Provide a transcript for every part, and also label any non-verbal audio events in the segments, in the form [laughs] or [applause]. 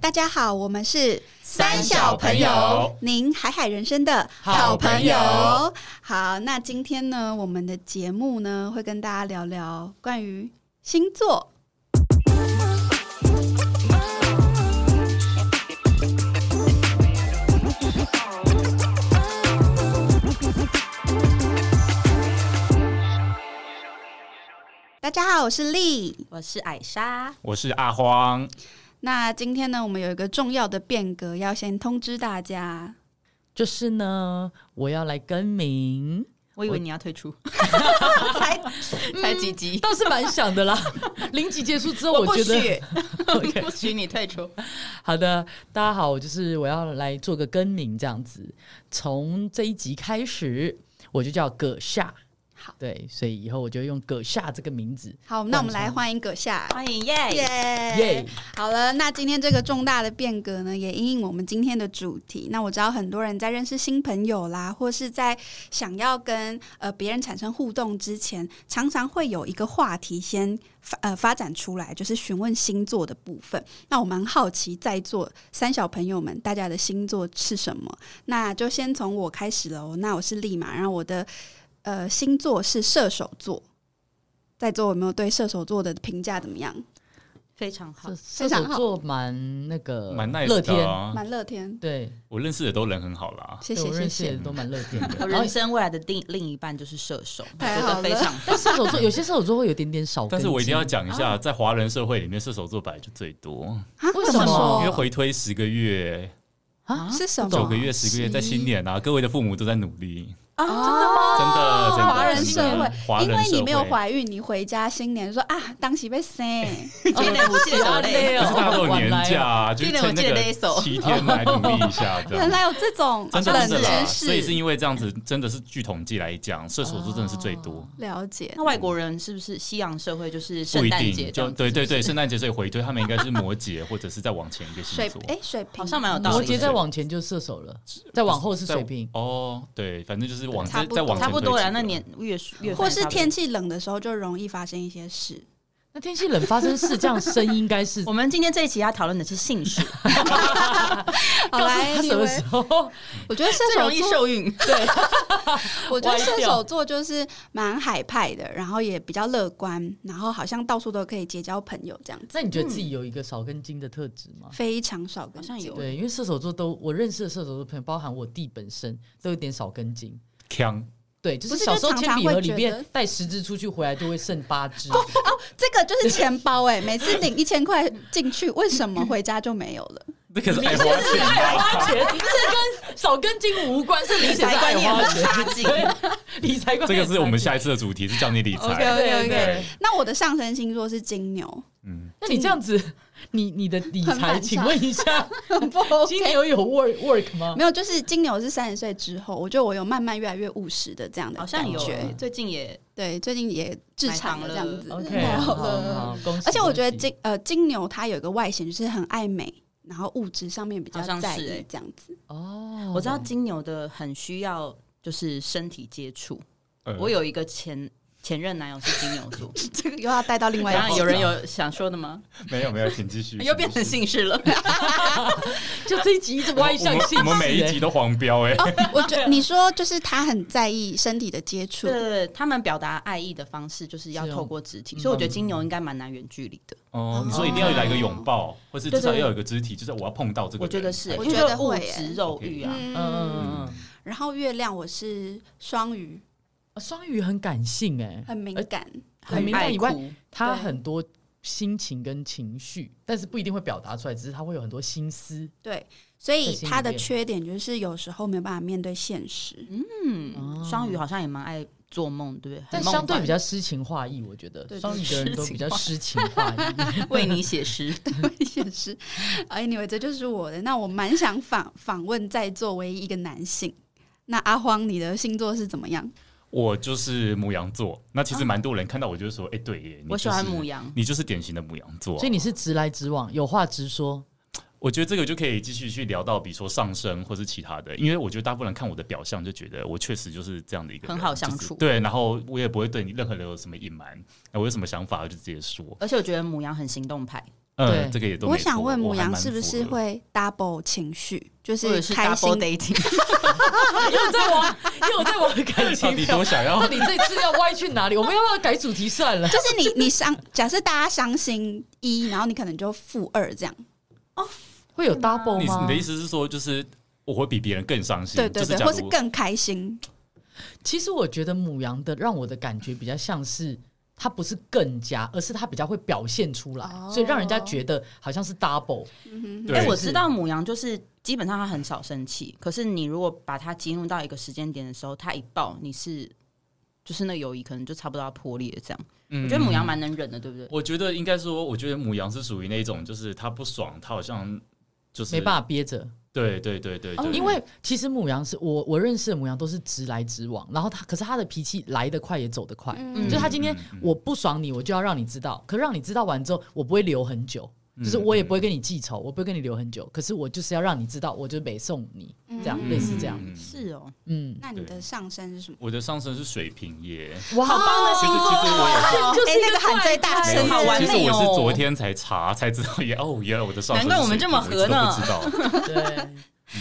大家好，我们是三小朋友，您海海人生的好朋友好，那今天呢，我们的节目呢会跟大家聊聊关于星座。大家好，我是丽。我是艾莎，我是阿荒，那今天呢，我们有一个重要的变革要先通知大家。就是呢，我要来更名，我以为你要退出， [laughs] 才嗯才几集，倒是蛮 [laughs] 想的啦。零级结束之后，我不觉得许， [laughs] OK 不许你退出。好的。大家好，我就是我要来做个更名，这样子。从这一集开始，我就叫葛夏。好，对，所以以后我就用葛夏这个名字。好，那我们来欢迎葛夏。欢迎耶！耶耶！好了，那今天这个重大的变革呢，也因应我们今天的主题。那我知道很多人在认识新朋友啦，或是在想要跟呃别人产生互动之前，常常会有一个话题先发呃发展出来，就是询问星座的部分。那我蛮好奇，在座三小朋友们，大家的星座是什么？那就先从我开始喽。那我是立马，然后我的呃星座是射手座。在座有没有对射手座的评价怎么样？非常好射，射常手好座蛮那个，蛮 nice 呃乐的天。啊、蛮乐天，对，我认识的都人很好啦，谢对谢我谢认识谢。的都蛮乐天的。我然后人生未来的另另一半就是射手，我太觉好了得非常 [laughs] 好。但射手座有些射手座会有点点少根筋，但是我一定要讲一下，在华人社会里面，射手座本来就最多，啊为怎什么因为说？回推十个月、啊，是什么？九个月、十个月，十一在新年啊，各位的父母都在努力，啊，真的吗？真的，真的，华人真社的华会，因人为社你会没有，怀孕，你回家新年就说啊，当时被 [laughs] 生，今年我记得多累，哦可是大家都有年假、啊，啊，就今是年我趁记那得勒个手七天来努力一下，这原样。来有这种啊真的冷真的啦，知所以是识，因为这样子，真的是据统计来讲，射手座真的是最多。了解那外国人是不是西洋社会就是不圣一诞定，节就就对对对，圣诞节所以回推他们应该是摩羯，或者是再往前一个星水座。哎水瓶好像蛮有道摩理羯的。再往前就射手了，再往后是水瓶。哦，对，反正就是往差再不多再往前差不多推了，几个那年月月份或是差不多天，气冷的时候就容易发生一些 [laughs] 事。那天气冷发生事，这样声音应该是我们今天这一期要讨论的是性 [laughs] 事，好告诉来，他立什么威时，候？ [laughs] 我觉得射最手容易座，受 [laughs] 孕。我觉得歪射掉手座就是蛮海派的，然后也比较乐观，然后好像到处都可以结交朋友这样子，那你觉得自己有一个少根筋的特质哦吗？非常少跟好像有对，因为射手座都我认识的射手座朋友，包含我弟本身都有点少根筋。呛对，就不是是小时候就常铅常笔盒会里觉得面带十支出去，回来就会剩 [laughs] 八支。这个就是钱包哎、每次领一千块进去，为什么回家就没有了？这可是爱花钱吧， [laughs] 花钱这跟少根筋无关，是理财观念花很差 [laughs] 劲，钱。对，理财观这念个是我们很差下一次的主题是教你理 OK，OK 财。劲 OK，OK 对对对，那我的上升星座是金牛，嗯，那你这样子，你你的理很财，反请常问一下，很 [laughs] 不金 OK。牛有 work work 哦吗？没有，就是金牛是三十岁之后，我觉得我有慢慢越来越务实的这样的好感觉。像有欸感觉最近也对，最近也自产这样子，买 OK，好好了。好，恭喜！而且我觉得恭喜金呃金牛它有一个外显，就是很爱美，然后物质上面比较好像是在欸意这样子。 [laughs] 哦，我知道金牛的很需要就是身体接触。呃嗯我有一个前前任男友是金牛 [laughs] 座，这个又要带到另外然一个后哦有人有想说的吗？没有没有，请继续。 [laughs] 又变成姓氏了， [laughs] 就这一集一直歪向性我们我们每一集都黄标哎，哦，我觉得你说就是他很在意身体的接触对， [laughs] 对对，他们表达爱意的方式就是要是哦透过肢体，嗯所以我觉得金牛应该蛮难远距离的。 [laughs] 哦，你说一定要来个拥抱，或是至少要有一个肢体，就是我要碰到这个人。我觉得是，哎我因为觉得物会耶质肉欲啊，嗯嗯。嗯嗯然后月亮我是双鱼，嗯，双鱼很感性哎，很敏感，嗯很敏感爱以外，哭，他对很多心情跟情绪，但是不一定会表达出来，只是他会有很多心思。对，所以在心里他的面缺点就是有时候没有办法面对现实。 [laughs] 嗯，双鱼好像也蛮爱做梦，对不对？哦但很梦相对幻比较诗情画意，我觉得对双鱼的人都比较诗情画意。为你写诗，现实。Anyway，这就是我的。那我蛮想访访问在座唯一一个男性。那阿荒，你的星座是怎么样？我就是母羊座，那其实蛮多人看到我就是说，哎，对耶，你哦我喜欢就是母羊，你就是典型的母羊座啊， [laughs] 所以你是直来直往，有话直说。我觉得这个就可以继续去聊到，比如说上升或是其他的，因为我觉得大部分人看我的表象就觉得我确实就是这样的一个人很好相处就是对，然后我也不会对你任何人有什么隐瞒，我有什么想法就直接说。而且我觉得母羊很行动派，呃，对这个也都没我想错问母还羊蛮是不符是合会 double 情绪，就或者是是开心 double dating， [laughs] 又在玩，又在玩感 [laughs] 到情底表多。想要 [laughs] 到底这次要歪去哪里？我们要不要改主题算了？就是你你伤，假设大家伤心一，然后你可能就负二这样。 [laughs] 会有 double 你吗？你的意思是说，就是我会比别人更伤心，对对就对，假或是如更开心。其实我觉得母羊的让我的感觉比较像是。它不是更加，而是它比较会表现出来，哦所以让人家觉得好像是 double。嗯哼对哎、我是知道母羊就是基本上他很少生气，可是你如果把他激怒到一个时间点的时候，他一爆，你是就是那个友谊可能就差不多要破裂这样。我我觉得母羊蛮能忍的，对不对？嗯我觉得应该说，我觉得母羊是属于那种，就是他不爽，他好像就是没办法。法憋着，对对对对对，哦因为其实母羊是我我认识的母羊都是直来直往，然后他可是他的脾气来得快也走得快，嗯就他今天嗯嗯嗯我不爽你，我就要让你知道，可让你知道完之后，我不会留很久，嗯就是我也不会跟你记仇，我不会跟你留很久，可是我就是要让你知道，我就北送你这样嗯类似这样，嗯是哦，嗯，那你的上升是什么？我的上升是水瓶耶，哇，好棒的其实其实我也是。就哎哦是一那个喊最大怪声胎好完其实美我是哦昨天才查才知道，也 [laughs] 哦，原来我的上升难怪是我们水这么瓶我一直合呢都不知道， [laughs] 对，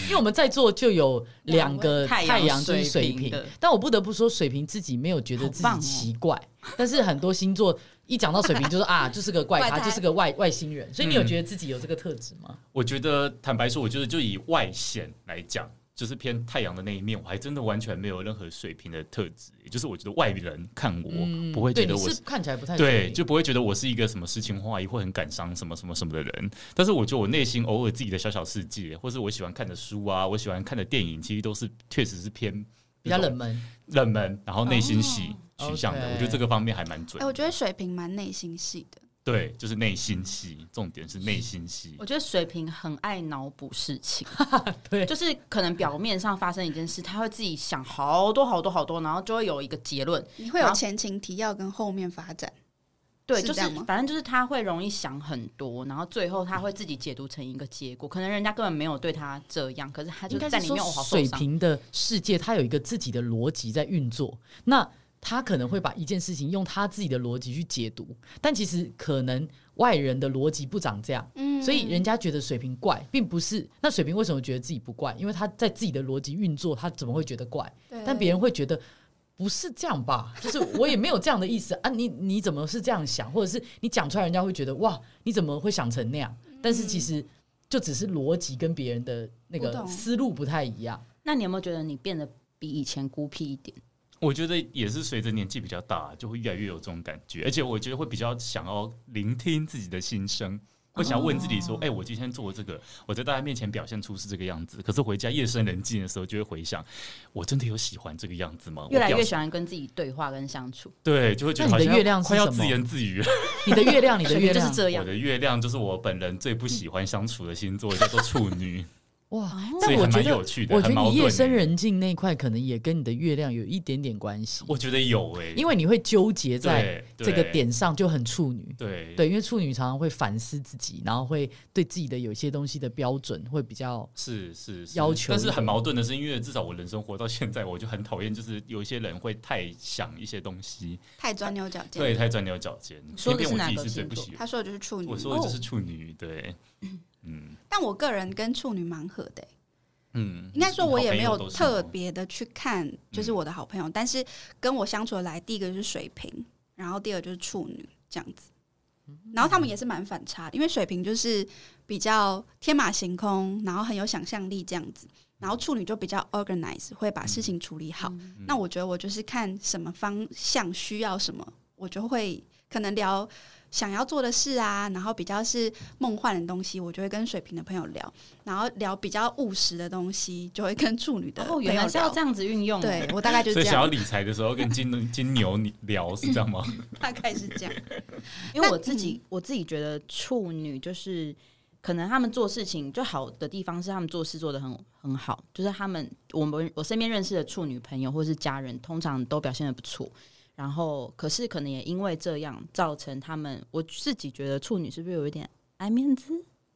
因为我们在座就有两个两位太阳跟水太阳水瓶瓶的，但我不得不说，水瓶自己没有觉得自好棒己哦奇怪，但是很多星座一讲到水 [laughs] 瓶，就说啊，就是个怪怪咖，胎就是个外外星人。所以你有嗯觉得自己有这个特质吗？我觉得坦白说，我就是就以外显来讲，就是偏太阳的那一面，我还真的完全没有任何水平的特质，也就是我觉得外人看我、嗯不会觉对，得你我是看起来不太水对，瓶就不会觉得我是一个什么诗情画意或很感伤什么什么什么的人。但是我觉得我内心偶尔自己的小小世界，或是我喜欢看的书啊，我喜欢看的电影，其实都是确实是偏比较冷门，冷门，然后内心戏取向的。哦 OK 我觉得这个方面还蛮准哎，。我觉得水瓶蛮内心戏的。对，就是内心戏，重点是内心戏我。觉得水瓶很爱脑补事情， [laughs] 对就是可能表面上发生一件事，他会自己想好多好多好多，然后就会有一个结论。你会有好前情提要跟后面发展，对，是就这是样吗反正就是他会容易想很多，然后最后他会自己解读成一个结果，可能人家根本没有对他这样，可是他就应该在是里说面我好受水伤。瓶的世界，它有一个自己的逻辑在运作。那他可能会把一件事情用他自己的逻辑去解读，但其实可能外人的逻辑不长这样。嗯所以人家觉得水瓶怪，并不是那水瓶为什么觉得自己不怪？因为他在自己的逻辑运作，他怎么会觉得怪？但别人会觉得不是这样吧？就是我也没有这样的意思啊！你你怎么是这样想？或者是你讲出来，人家会觉得哇，你怎么会想成那样？但是其实就只是逻辑跟别人的那我个懂思路不太一样。那你有没有觉得你变得比以前孤僻一点？我觉得也是随着年纪比较大，就会越来越有这种感觉，而且我觉得会比较想要聆听自己的心哦声。会想要问自己说：“哎、我今天做了这个，我在大家面前表现出是这个样子，可是回家夜深人静的时候，就会回想，我真的有喜欢这个样子吗？我越来表越现喜欢跟自己对话跟相处，对，就会觉得那好你的像月亮是快要什么自言自语了。你的月亮，你的水月瓶就亮是这我样。的月亮就是我本人最不喜欢相处的星 [laughs] 座，叫做处女，哇！所但以我还觉蛮得，有趣的，我觉很得矛你盾夜深欸人静那一块，可能也跟你的月亮有一点点关系，我觉得有哎、因为你会纠结在对这个对点上，就很处女。对对，因为处女常常会反思自己，然后会对自己的有一些东西的标准会比较是是是要求但是的很矛盾的是，因为至少我人生活到现在，我就很讨厌，就是有一些人会太想一些东西，太钻牛角尖。对，太钻牛角尖。说的偏是偏我哪自己个是最星不座喜欢他，说的就是处女，哦我说的就是处女，对，嗯但我个人跟处女蛮合的欸、嗯，应该说你我好也朋没友有都是哦特吗，别的去看，就是我的好朋友，但是跟我相处得来，第一个就是水瓶，然后第二个就是处女这样子。然后他们也是蛮反差的，因为水瓶就是比较天马行空，然后很有想象力这样子，然后处女就比较 organize，会把事情处理好。嗯那我觉得我就是看什么方向需要什么，我就会可能聊想要做的事啊，然后比较是梦幻的东西，我就会跟水瓶的朋友聊，然后聊比较务实的东西，就会跟处女的哦，朋友原来是要聊。这样子运用哦。对我大概就是所这以想要样，理财的时候跟金金牛聊是这样吗？大概是这样。因为那我自己、我自己觉得处女就是可能他们做事情就好的地方是他们做事做的很很好，就是他们我们我身边认识的处女朋友或是家人，通常都表现的不错。然后，可是可能也因为这样，造成他们我自己觉得处女是不是有一点爱面子？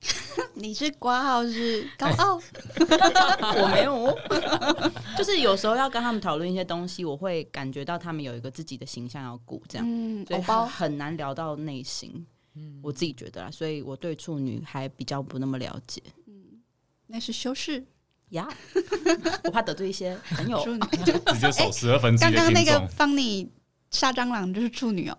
[laughs] 你是挂号是高哎傲，我没有 [laughs] 哦，就是有时候要跟他们讨论一些东西，我会感觉到他们有一个自己的形象要顾，这样，嗯，所以偶很包很难聊到内心。嗯我自己觉得啦，所以我对处女还比较不那么了 [laughs] 解那是修饰呀我怕得罪一些朋友。 [laughs] 处女。直接守十二分之一刚的刚那听个众。帮你杀蟑螂就是处女哦。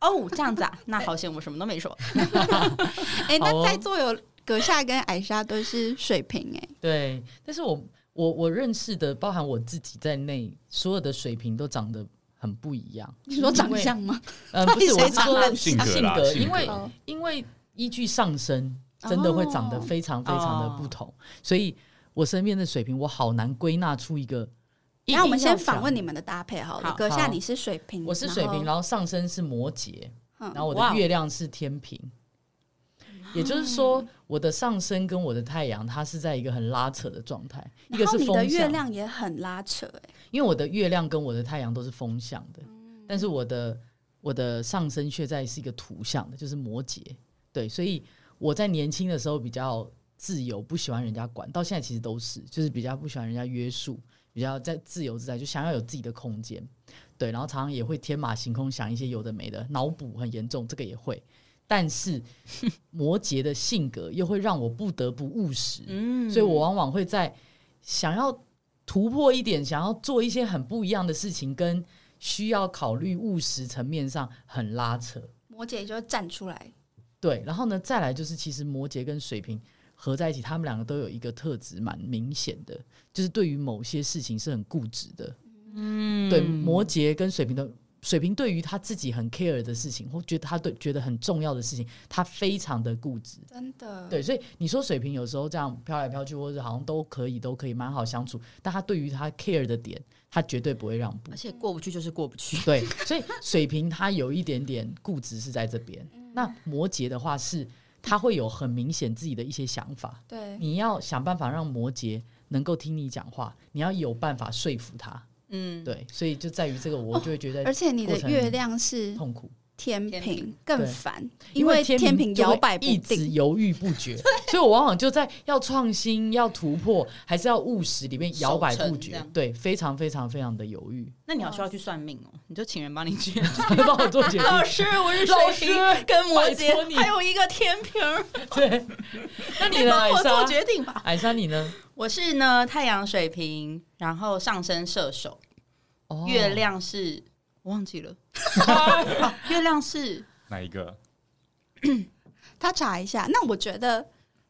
哦，这样子啊，那好险，我什么都没说。哎、好那哦在座有葛夏跟艾莎都是水瓶哎、对，但是我我我认识的，包含我自己在内，所有的水平都长得很不一样。你说长相吗？[laughs] 呃，到不底是，我谁是长得说很性格啦，格，性因为格哦因为依据上升，真的会长得非常非常的不同。所以我身边的水平，我好难归纳出一个。那我们硬要先访讲问你们的搭配好了。好葛夏好你是水瓶，我是水瓶，然后上升是摩羯，嗯然后我哇的哦月亮是天平。也就是嗯说，我的上升跟我的太阳，它是在一个很拉扯的状态，一个然后是你的风月向，亮也很拉扯哎、因为我的月亮跟我的太阳都是风向的，但是我的我的上升却在是一个图像的，就是摩羯。对，所以我在年轻的时候比较自由，不喜欢人家管，到现在其实都是，就是比较不喜欢人家约束，比较在自由自在，就想要有自己的空间。对，然后常常也会天马行空想一些有的没的，脑补很严重，这个也会。但是 [laughs] 摩羯的性格又会让我不得不务实，嗯所以我往往会在想要突破一点，想要做一些很不一样的事情，跟需要考虑务实层面上很拉扯。摩羯就站出来，对，然后呢，再来就是其实摩羯跟水瓶合在一起，他们两个都有一个特质蛮明显的，就是对于某些事情是很固执的。嗯对，摩羯跟水瓶的水瓶对于他自己很 care 的事情，或觉得他对觉得很重要的事情，他非常的固执。真的对，所以你说水瓶有时候这样飘来飘去，或者好像都可以，都可以蛮好相处，但他对于他 care 的点，他绝对不会让步而。且过不去就是过不去。 [laughs] 对，所以水瓶他有一点点固执是在这边。嗯那摩羯的话是，他会有很明显自己的一些想法，对，你要想办法让摩羯能够听你讲话，你要有办法说服他。嗯，对，所以就在于这个，我就会觉而得且你的过程月亮是痛苦，天天平平，更对烦，因为天天平平就会摇摆不一直定，犹豫不决， [laughs] 所以我往往就在要创新、要突破，还是要务实里面摇摆守成不这决样，对，非常非常非常的犹豫。 [laughs] 那你好需要去算命哦，你就请人帮你去。你帮我做决定，老师，我是老水师瓶跟摩拜托你羯，还有一个天平儿， [laughs] 对，那你你呢，帮艾我做莎？决定吧。艾莎，你呢？我是呢太阳水瓶，然后上升射手，哦月亮是我忘记了，月亮是哪一个？他查一下。那我觉得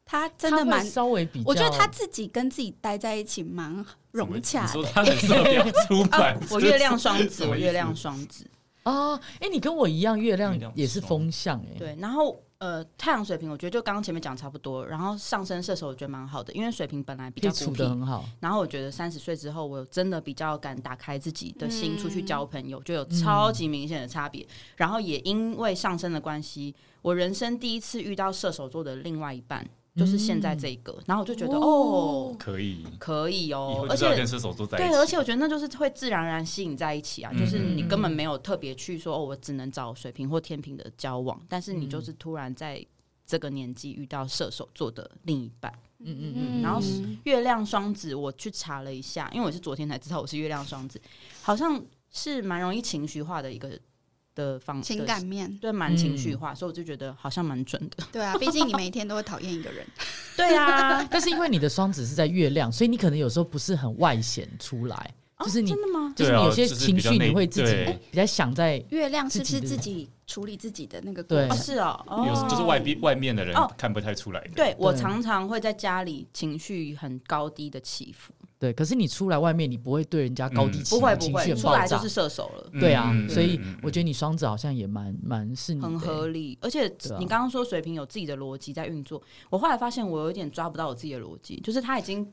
他真他的会蛮，稍微比较，我觉得他自己跟自己待在一起蛮融洽你说的。他很色表出啊，版我月亮双子，什么我意思月亮双子，哦，哎，你跟我一样，月亮月亮也是双风向嗯哎，对，然后。呃，太阳水瓶，我觉得就刚刚前面讲差不多。然后上升射手，我觉得蛮好的，因为水瓶本来比较可以孤处僻的，很好，然后我觉得三十岁之后，我有真的比较敢打开自己的心，嗯出去交朋友，就有超级明显的差嗯别。然后也因为上升的关系，我人生第一次遇到射手座的另外一半，就是现在这一个。然后我就觉得哦哦可以，以可以哦后，而就是要且跟射手座在一对起。，嗯而且我觉得那就是会自然而然吸引在一起啊，就是你根本嗯没有特别去说哦，我只能找水瓶或天平的交往，但是你嗯就是突然在这个年纪遇到射手座的另一半。嗯嗯嗯，嗯然后月亮双子，我去查了一下，因为我是昨天才知道我是月亮双子，好像是蛮容易情绪化的一个的方情，感面的，对，蛮情嗯绪化，所以我就觉得好像蛮准 [laughs] 的。对啊，毕竟你每天都会讨厌一个人。对啊，但是因为你的双子是在月亮，所以你可能有时候不是很外显出来，就是你哦真的吗？就是对你啊有些就是情比较绪内你会自己对比较想在 [laughs] 月亮是不是自己自的己处理自己的那个对哦，是哦，有哦，就是外边外面的人哦看不太出来的。对我对常常会在家里情绪很高低的起伏，对，可是你出来外面，你不会对人家高低嗯起不伏会不情绪会，很出爆来就炸是。射手了。嗯对啊嗯，所以嗯嗯我觉得你双子好像也蛮蛮是你的很合理，而且对啊你刚刚说水瓶有自己的逻辑在运作，我后来发现我有一点抓不到我自己的逻辑，就是他已经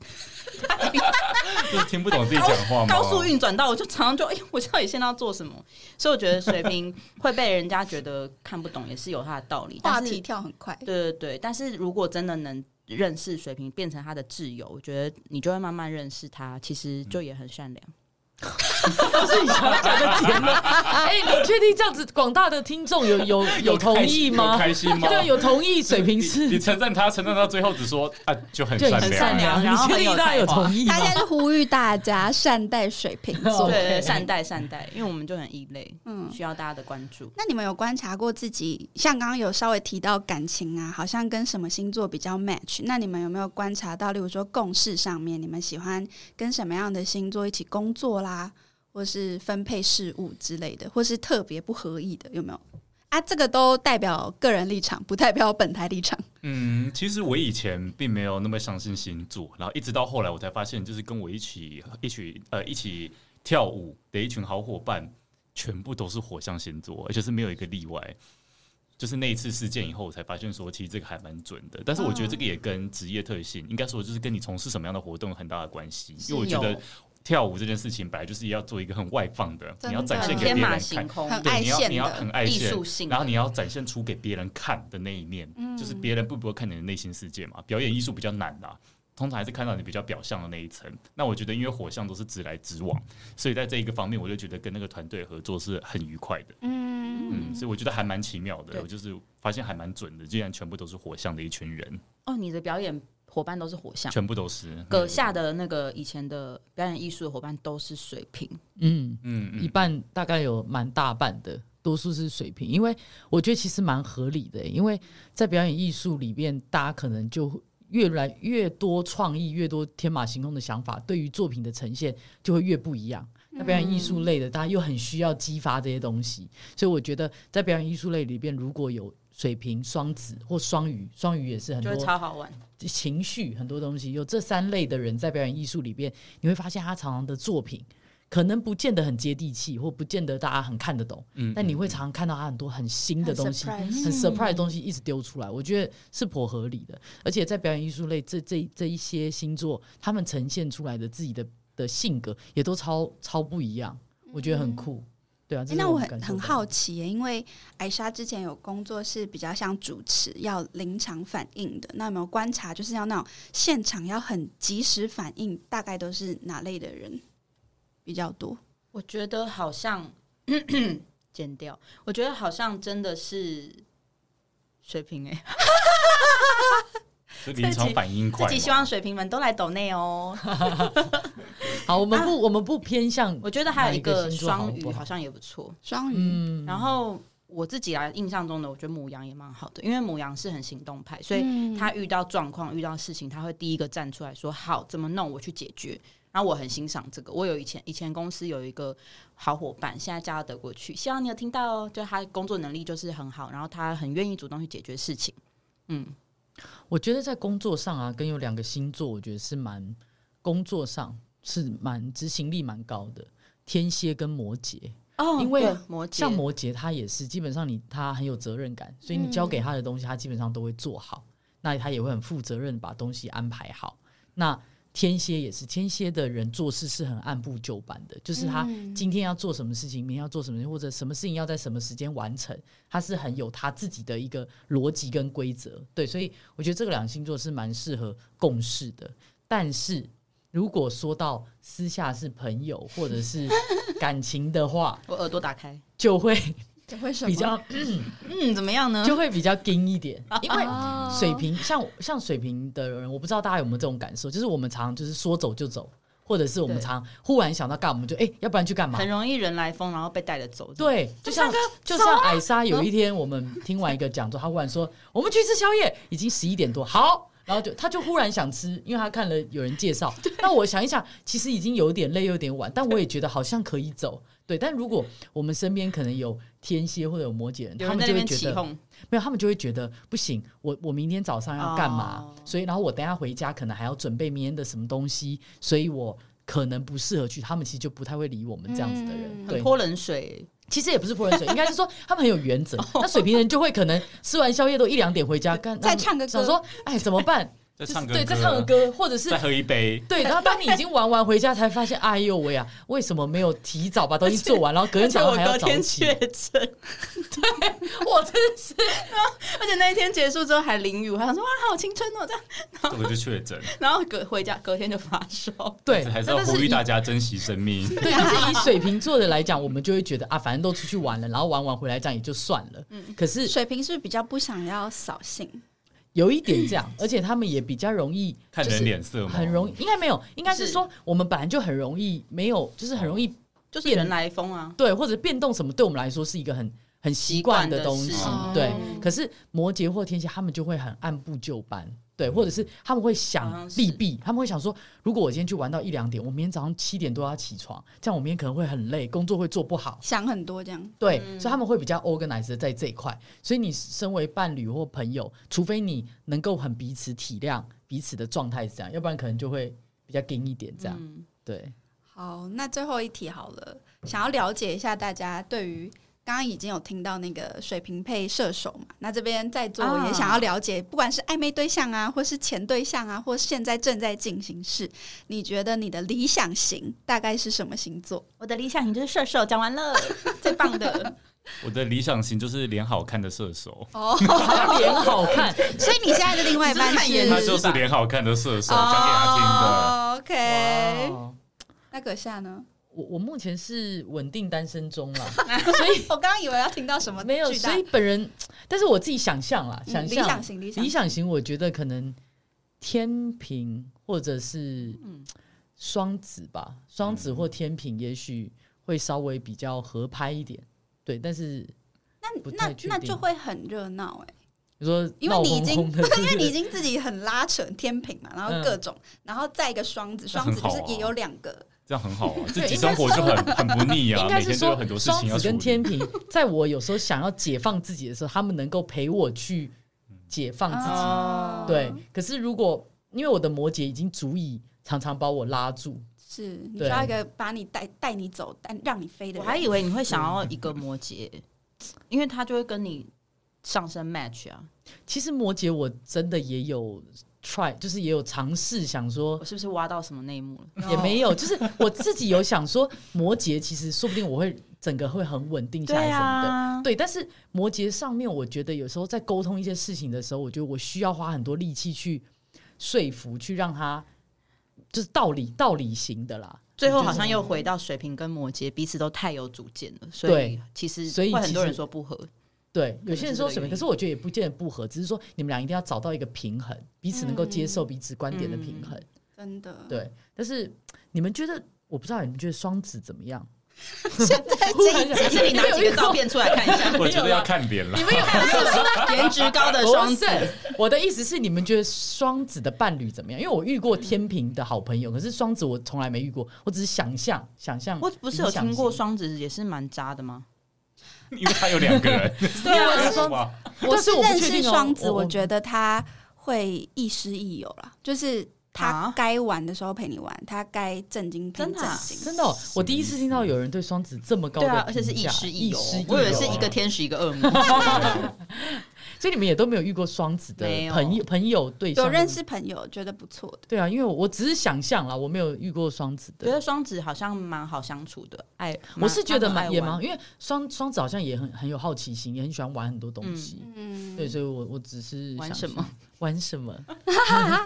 就是听不懂自己讲话吗？高速运转到，我就常常就哎、我到底现在要做什么？所以我觉得水瓶会被人家觉得看不懂，也是有它的道理。话但是题，跳很快，对对对，但是如果真的能认识水瓶，变成他的挚友，我觉得你就会慢慢认识他，其实就也很善良。不是你想要讲的点吗？哎，你确定这样子广大的听众有 [laughs] 有有同意有吗？开心吗？对，有同意水平你你是称赞他，称赞到最后只说啊，就很对善很良善。良然你后确很定有大家有才华同意吗他？现在是呼吁大家善待水 [laughs] 瓶座。嗯 OK 对，善待善待，因为我们就很异类，嗯，需要大家的关注。那你们有观察过自己，像刚刚有稍微提到感情啊，好像跟什么星座比较 match？那你们有没有观察到，例如说共事上面，你们喜欢跟什么样的星座一起工作啦，或是分配事务之类的，或是特别不合意的，有没有？啊，这个都代表个人立场，不代表本台立场。嗯，其实我以前并没有那么相信星座，然后一直到后来我才发现，就是跟我一起一起呃一起跳舞的一群好伙伴，全部都是火象星座，而且是没有一个例外。就是那一次事件以后，我才发现说，其实这个还蛮准的。但是我觉得这个也跟职业特性，应该说就是跟你从事什么样的活动有很大的关系。因为我觉是有得跳舞这件事情本来就是要做一个很外放的，真的你要展现很给别呃天人马看，行空，很对，你要爱现你要的很爱艺现术性的然后你要展现出给别人看的那一面，就是别人不不会看你的内心世界嘛。表演艺术比较难啦，通常还是看到你比较表象的那一层。那我觉得，因为火象都是直来直往，所以在这一个方面，我就觉得跟那个团队合作是很愉快的。嗯，嗯所以我觉得还蛮奇妙的，对我就是发现还蛮准的，竟然全部都是火象的一群人，哦，你的表演伙伴都是火象，全部都是阁下的那个以前的表演艺术的伙伴都是水瓶，嗯，嗯一嗯，半大概有蛮大半的，多数是水平，因为我觉得其实蛮合理的、因为在表演艺术里边，大家可能就越来越多创意，越多天马行空的想法，对于作品的呈现就会越不一样。嗯那表演艺术类的，大家又很需要激发这些东西，所以我觉得在表演艺术类里边，如果有水瓶、双子或双鱼，双鱼也是很就多会超好玩。情绪很多东西，有这三类的人在表演艺术里边，你会发现他常常的作品可能不见得很接地气，或不见得大家很看得懂，嗯但你会常常看到他很多很新的东西，很 surprise 嗯很 surprise 的东西一直丢出来，我觉得是颇合理的。而且在表演艺术类这这这一些星座，他们呈现出来的自己的的性格也都超超不一样，我觉得很酷。对啊，这欸是那我感很受很到的好奇耶，因为艾莎之前有工作是比较像主持，要临场反应的。那有没有观察，就是要那种现场要很及时反应，大概都是哪类的人比较多？我觉得好像 [coughs] 剪掉，我觉得好像真的是水瓶哎、就临场反应快自嘛，己希望水瓶们都来抖内哦。 [laughs] 好，我们啊不、我们不偏向，我觉得还有一哪一个个星座好双不鱼好好像也不错，双鱼，嗯然后。我自己啊来印象中的，我觉得母羊也蛮好的，因为母羊是很行动派，所以嗯他遇到状况、遇到事情，他会第一个站出来说：“好，怎么弄，我去解决。”然后我很欣赏这个。我有以前以前公司有一个好伙伴，现在嫁到德国去，希望你有听到哦。就他工作能力就是很好，然后他很愿意主动去解决事情。嗯，我觉得在工作上啊，跟有两个星座，我觉得是蛮工作上是蛮执行力蛮高的。天蝎跟摩羯，哦因为对摩羯像摩羯，他也是基本上你他很有责任感，所以你交给他的东西，他基本上都会做好。那他也会很负责任，把东西安排好。那天蝎也是，天蝎的人做事是很按部就班的，就是他嗯今天要做什么事情，明天要做什么事情，或者什么事情要在什么时间完成，他是很有他自己的一个逻辑跟规则。对，所以我觉得这个两个星座是蛮适合共事的。但是如果说到私下是朋友或者是感情的话，我耳朵打开，就会为什比 [laughs] 较嗯，怎么样呢？就会比较硬 [laughs] 一点，因为哦水平像像水平的人，我不知道大家有没有这种感受，就是我们常就是说走就走，或者是我们对常忽然想到干嘛，我们就哎、要不然去干嘛？很容易人来疯，然后被带着走。，对，啊就像就像艾莎有一天，我们听完一个讲座，她忽然说我们去吃宵夜，已经十一点多，好，然后就她就忽然想吃，因为她看了有人介 [laughs] 绍。那我想一想，其实已经有点累，有点晚，但我也觉得好像可以走。对，但如果我们身边可能有天蝎或者有摩羯人，有他人们在那就会边觉起得哄，没有，他们就会觉得不行，我我明天早上要干嘛？哦所以，然后我等一下回家可能还要准备明天的什么东西，所以我可能不适合去。他们其实就不太会理我们这样子的人，嗯对很，泼冷水。其实也不是泼冷水，应该是说他们很有原 [laughs] 哦则。那水瓶人就会可能吃完宵夜都一两点回家，干再唱个歌想说哎怎么办？ [laughs] 在就是唱个对，在唱个歌，歌，或者是再喝一杯，对，然后当你已经玩完回家，才发现，哎呦喂啊，为什么没有提早把东西做完，然后隔而天且早我上还要隔早天 [laughs] 起？确诊，我真的是，而且那一天结束之后还淋雨，我还想说哇，好青春哦这样。 [laughs] 这个就确诊。然后隔回家隔天就发烧，对，还是但要是呼吁以大家珍惜生命。 [laughs] 对，就是以水瓶座的来讲，我们就会觉得啊，反正都出去玩了，然后玩完回来这样也就算了。嗯可是水瓶是不是比较不想要扫兴，有一点 [clears throat] 这样，而且他们也比较容易，看就是人脸色嘛，很容易，应该没有，应该是是说我们本来就很容易没有，就是很容易就是人来疯啊。对或者变动什么，对我们来说是一个很很习惯的东西习惯的，事对嗯哦。可是摩羯或天蝎，他们就会很按部就班，对，或者是他们会嗯好想像是利弊，他们会想说，如果我今天去玩到一两点，我明天早上七点多要起床，这样我明天可能会很累，工作会做不好。想很多这样？对，嗯所以他们会比较 organized 在这一块。所以你身为伴侣或朋友，除非你能够很彼此体谅彼此的状态是这样，要不然可能就会比较硬一点这样。嗯对， [laughs] 好，那最后一题好了，想要了解一下大家对于。刚刚已经有听到那个水瓶配射手嘛，那这边在座啊也想要了解，不管是暧昧对象啊，或是前对象啊，或是现在正在进行式，你觉得你的理想型大概是什么星座？我的理想型就是射手，讲完了，最棒 [laughs] 的。我的理想型就是脸好看的射手，哦，脸好 [laughs] 看，所以你现在的另外一半你就是看颜值他吧哦就是脸好看的射手，讲给他听的。哦哎 OK，哇那阁下呢？我我目前是稳定单身中啦， [laughs] 我刚刚以为要听到什么没有，哦巨大所以本人，但是我自己想象啦，嗯想理象、想型理想理型想型，我觉得可能天平或者是嗯双子吧，双子或天平也许会稍微比较合拍一点，对。但是不那太确那定就会很热闹哎，你说因为你已经 [laughs] 闹哄哄的因为你已经自己很拉扯天平嘛，然后嗯各种，然后再一个双子，双子那就很好是啊也有两个，这样很好啊，自己生活就很很不腻啊，应该每是天都有说很多事双情要子处跟天理。 [laughs] 平，在我有时候想要解放自己的时候，他们能够陪我去解放自己。哦对，可是如果因为我的摩羯已经足以常常把我拉住，是你需对要一个把你带带你走，但让你飞的我人。还以为你会想要一个摩羯，因为他就会跟你上身 match 啊。其实摩羯我真的也有 try，就是也有尝试想说我。是不是挖到什么内幕了？也没有，就是我自己有想说，摩羯其实说不定我会整个会很稳定下来对什么的，啊，对。但是摩羯上面，我觉得有时候在沟通一些事情的时候，我觉得我需要花很多力气去说服，去让他就是道理道理型的啦。最后好像又回到水瓶跟摩羯彼此都太有主见了，所以对其实所以会很其多人实说不 [laughs] 合。对，能有些人说是这什个么，原因可是我觉得也不见得不合，只是说你们俩一定要找到一个平衡，彼此能够接受彼此观点的平衡。真的，嗯对，但是你们觉得，我不知道你们觉得双子怎么样？ [laughs] 现 [laughs] 在忽然这一想集还是你拿几个照片出来看一下，我觉得要看脸了你，们有看颜值高的双双子子，？我的意思是，你们觉得双子的伴侣怎么样？因为我遇过天平的好朋友，可是双子我从来没遇过，我只是想象想象。我不是有听过理双子也是蛮渣的吗？因为他有两个人。 [laughs] 想型，对啊，我我是双哇，我就是我不认确识定哦双子，我得觉得他会亦师亦友啦，就是他啊该玩的时候陪你玩，他该正经陪真你的啊正经。真的哦、我第一次听到有人哦对双子这么高对的啊，而且是评亦价师亦友师，我以为友是一哦个天使一个恶魔。 [laughs] 所以你们也都没有遇过双子的没有朋友朋友对象，有认识朋友觉得不错的，对啊，因为我我只是想象啦，我没有遇过双子觉的。得双子好像蛮好相处的，爱我是觉得蛮蛮也蛮，蛮因为双双子好像也很很有好奇心，也很喜欢玩很多东西。嗯，对，所以我我只是玩想什么象玩什么，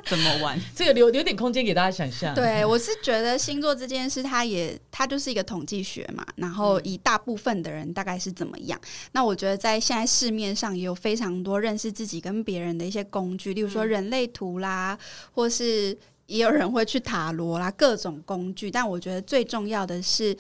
怎么玩？这个留留点空间给大家想象。，对，我是觉得星座这件事，它也它就是一个统计学嘛，然后以大部分的人大概是怎么样。那我觉得在现在市面上也有非常多认识自己跟别人的一些工具，例如说嗯人类图啦，或是也有人会去塔罗啦，各种工具。但我觉得最重要的是。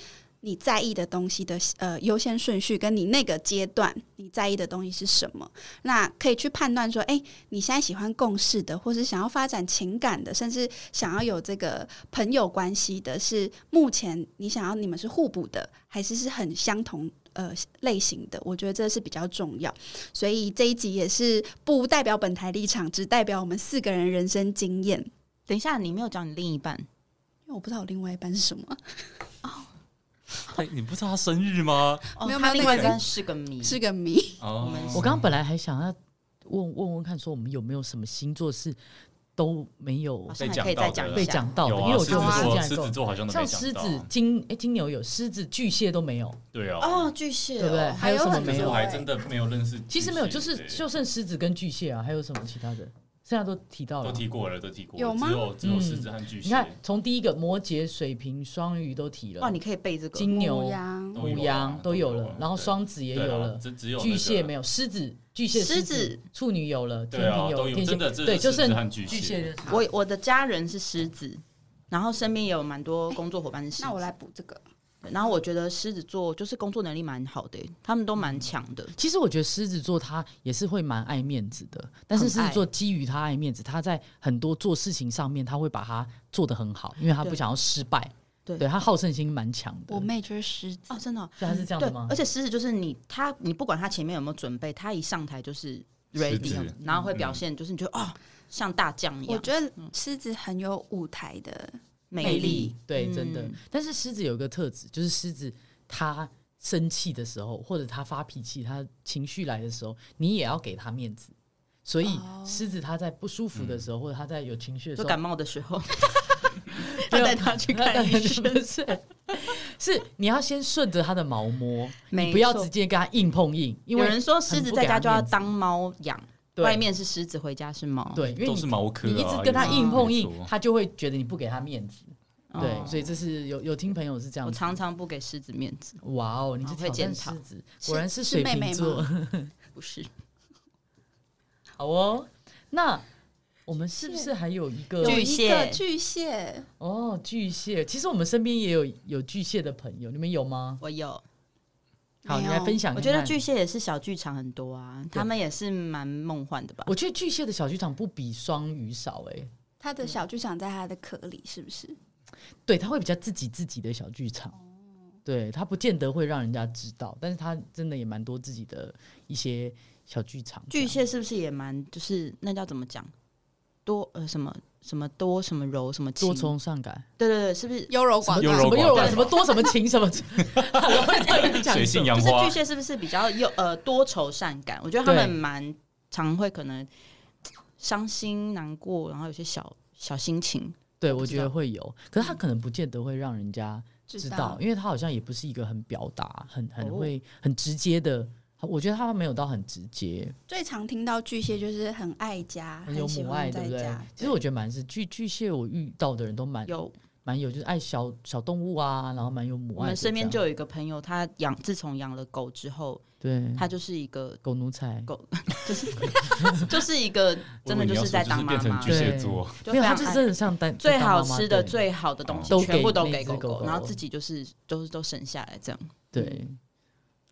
你在意的东西的呃优先顺序，跟你那个阶段你在意的东西是什么，那可以去判断说，哎、你现在喜欢共事的，或是想要发展情感的，甚至想要有这个朋友关系的，是目前你想要你们是互补的，还是是很相同呃类型的？我觉得这是比较重要。所以这一集也是不代表本台立场，只代表我们四个人人生经验。等一下，你没有讲你另一半，因为我不知道我另外一半是什么，哎你不知道他生日吗？哦没有他没有另外一那个半是个谜，是个谜。哦我们我刚刚本来还想要问问问看，说我们有没有什么星座是都没有好像被还讲可以到再讲的一被下讲到的，有因啊为我狮觉得有我们啊子狮座，子狮子座好像都像没讲狮到，子、金哎金牛有，狮子、巨蟹都没有，对啊，哦，巨蟹哦，对不对？还还有有什么很可没是有我？还真的没有认识巨蟹，其实没有，就是对就剩狮子跟巨蟹啊，还有什么其他的？剩下都提到都了。提过了，都提过了，有吗只有只有嗯狮子和巨你蟹看，，从第一个摩羯、水瓶、双鱼都提哇，了，你可以背这个金母牛、羊哦都有啊母羊都有都有了啊，然后双子也有了，只只有巨蟹没有，有，狮子、巨蟹、狮子、处女有了，天对啊，平都有，有，天真蝎的只有对，就狮子剩和巨巨蟹的。我我的家人是狮子，然后身边也有蛮多工作伙伴是狮子。那我来补这个，然后我觉得狮子座就是工作能力蛮好的、他们都蛮强的。嗯其实我觉得狮子座他也是会蛮爱面子的，但是很狮爱子座基于他爱面子，他在很多做事情上面他会把它做得很好，因为他对不想要失败。对他好胜心蛮强的。我妹就是狮子哦，，真的哦、所以他是这样对的吗，而？且狮子就是你他，你不管他前面有没有准备，他一上台就是狮 ready，子然后会表现就是你觉得、哦，像大将一我样觉得狮子很有舞台的，美力丽。，对，真的嗯。但是狮子有一个特质，就是狮子他生气的时候，或者他发脾气，他情绪来的时候，你也要给他面子。所以哦狮子他在不舒服的时候，或嗯者他在有情绪的时就候，感冒的时 [laughs] 候， [laughs] 没他有带他去那 [laughs] 看那医生。不是，是你要先顺着他的毛摸，没你不要错直接跟他硬碰硬，有因为人说狮子在家就要当猫养，对外面是狮子，回家是猫。对，因为都是你毛科啊，你一直跟他有硬碰没硬错，他就会觉得你不给他面子。哦，对，所以这是有有听朋友是这样我子。常常不给狮子面子，哇哦，你哦是会挑检战讨狮子，果然是是水妹瓶妹座。不是好哦，那我们是不是还有一个有一个巨蟹巨蟹，哦巨蟹？其实我们身边也有有巨蟹的朋友，你们有吗？我有。好，没你有来分享看看。我觉得巨蟹也是小剧场很多啊，对他们也是蛮梦幻的吧？我觉得巨蟹的小剧场不比双鱼少哎、他的小剧场在他的壳里，是不是？对，他会比较自己自己的小剧场。对他不见得会让人家知道，但是他真的也蛮多自己的一些小剧场这巨样。蟹是不是也蛮就是那叫怎么讲？多呃什么什么多什么柔什么轻多？愁善感，对对对，是不是？优柔寡优柔什么寡又断什么多什么情什么，然后到底讲水什性么杨就是花巨，蟹是不是比较有呃多愁善感？我觉得他们对蛮常会可能伤心难过，然后有些小小心情。对，不我知觉得道会有，可是他可能不见得会让人家知道，因为他好像也不是一个很表达、很很哦会、很直接的。我觉得他没有到很直接，最常听到巨蟹就是很爱家，很有喜母欢爱，对在不对家。？其实我觉得蛮是巨巨蟹，我遇到的人都蛮有蛮有，就是爱小小动物啊，然后蛮有母我爱的们这样。身边就有一个朋友，他养自从养了狗之后，对他就是一个狗奴才，就是就是一个真的哦我以为你就要是说在当妈变成妈，巨蟹座，就没有非他常就是爱真的像单最当妈好妈吃的、对最好的东西都全部给都那给只狗狗狗然后自己就是都都省下来这样。对。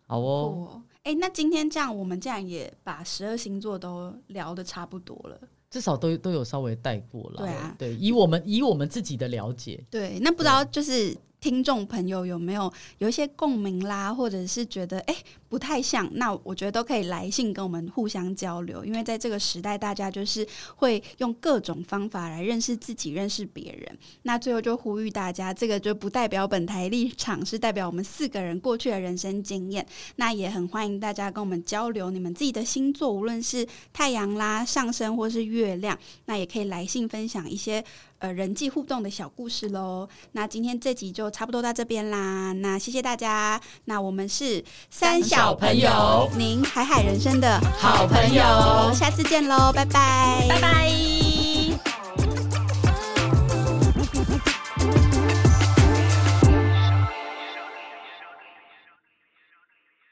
好哦哦，哎、那今天这样，我们竟然也把十二星座都聊的差不多了。至少都都有稍微带过了。对啊对，以我们以我们自己的了解，对，那不知道就是听众朋友有没有有一些共鸣啦，或者是觉得哎、不太像，那我觉得都可以来信跟我们互相交流，因为在这个时代，大家就是会用各种方法来认识自己、认识别人。那最后就呼吁大家，这个就不代表本台立场，是代表我们四个人过去的人生经验。那也很欢迎大家跟我们交流你们自己的星座，无论是太阳啦、上升或是月亮，那也可以来信分享一些呃人际互动的小故事喽。那今天这集就差不多到这边啦，那谢谢大家，那我们是三小朋友，您海海人生的好朋友，下次见喽，拜拜，拜拜。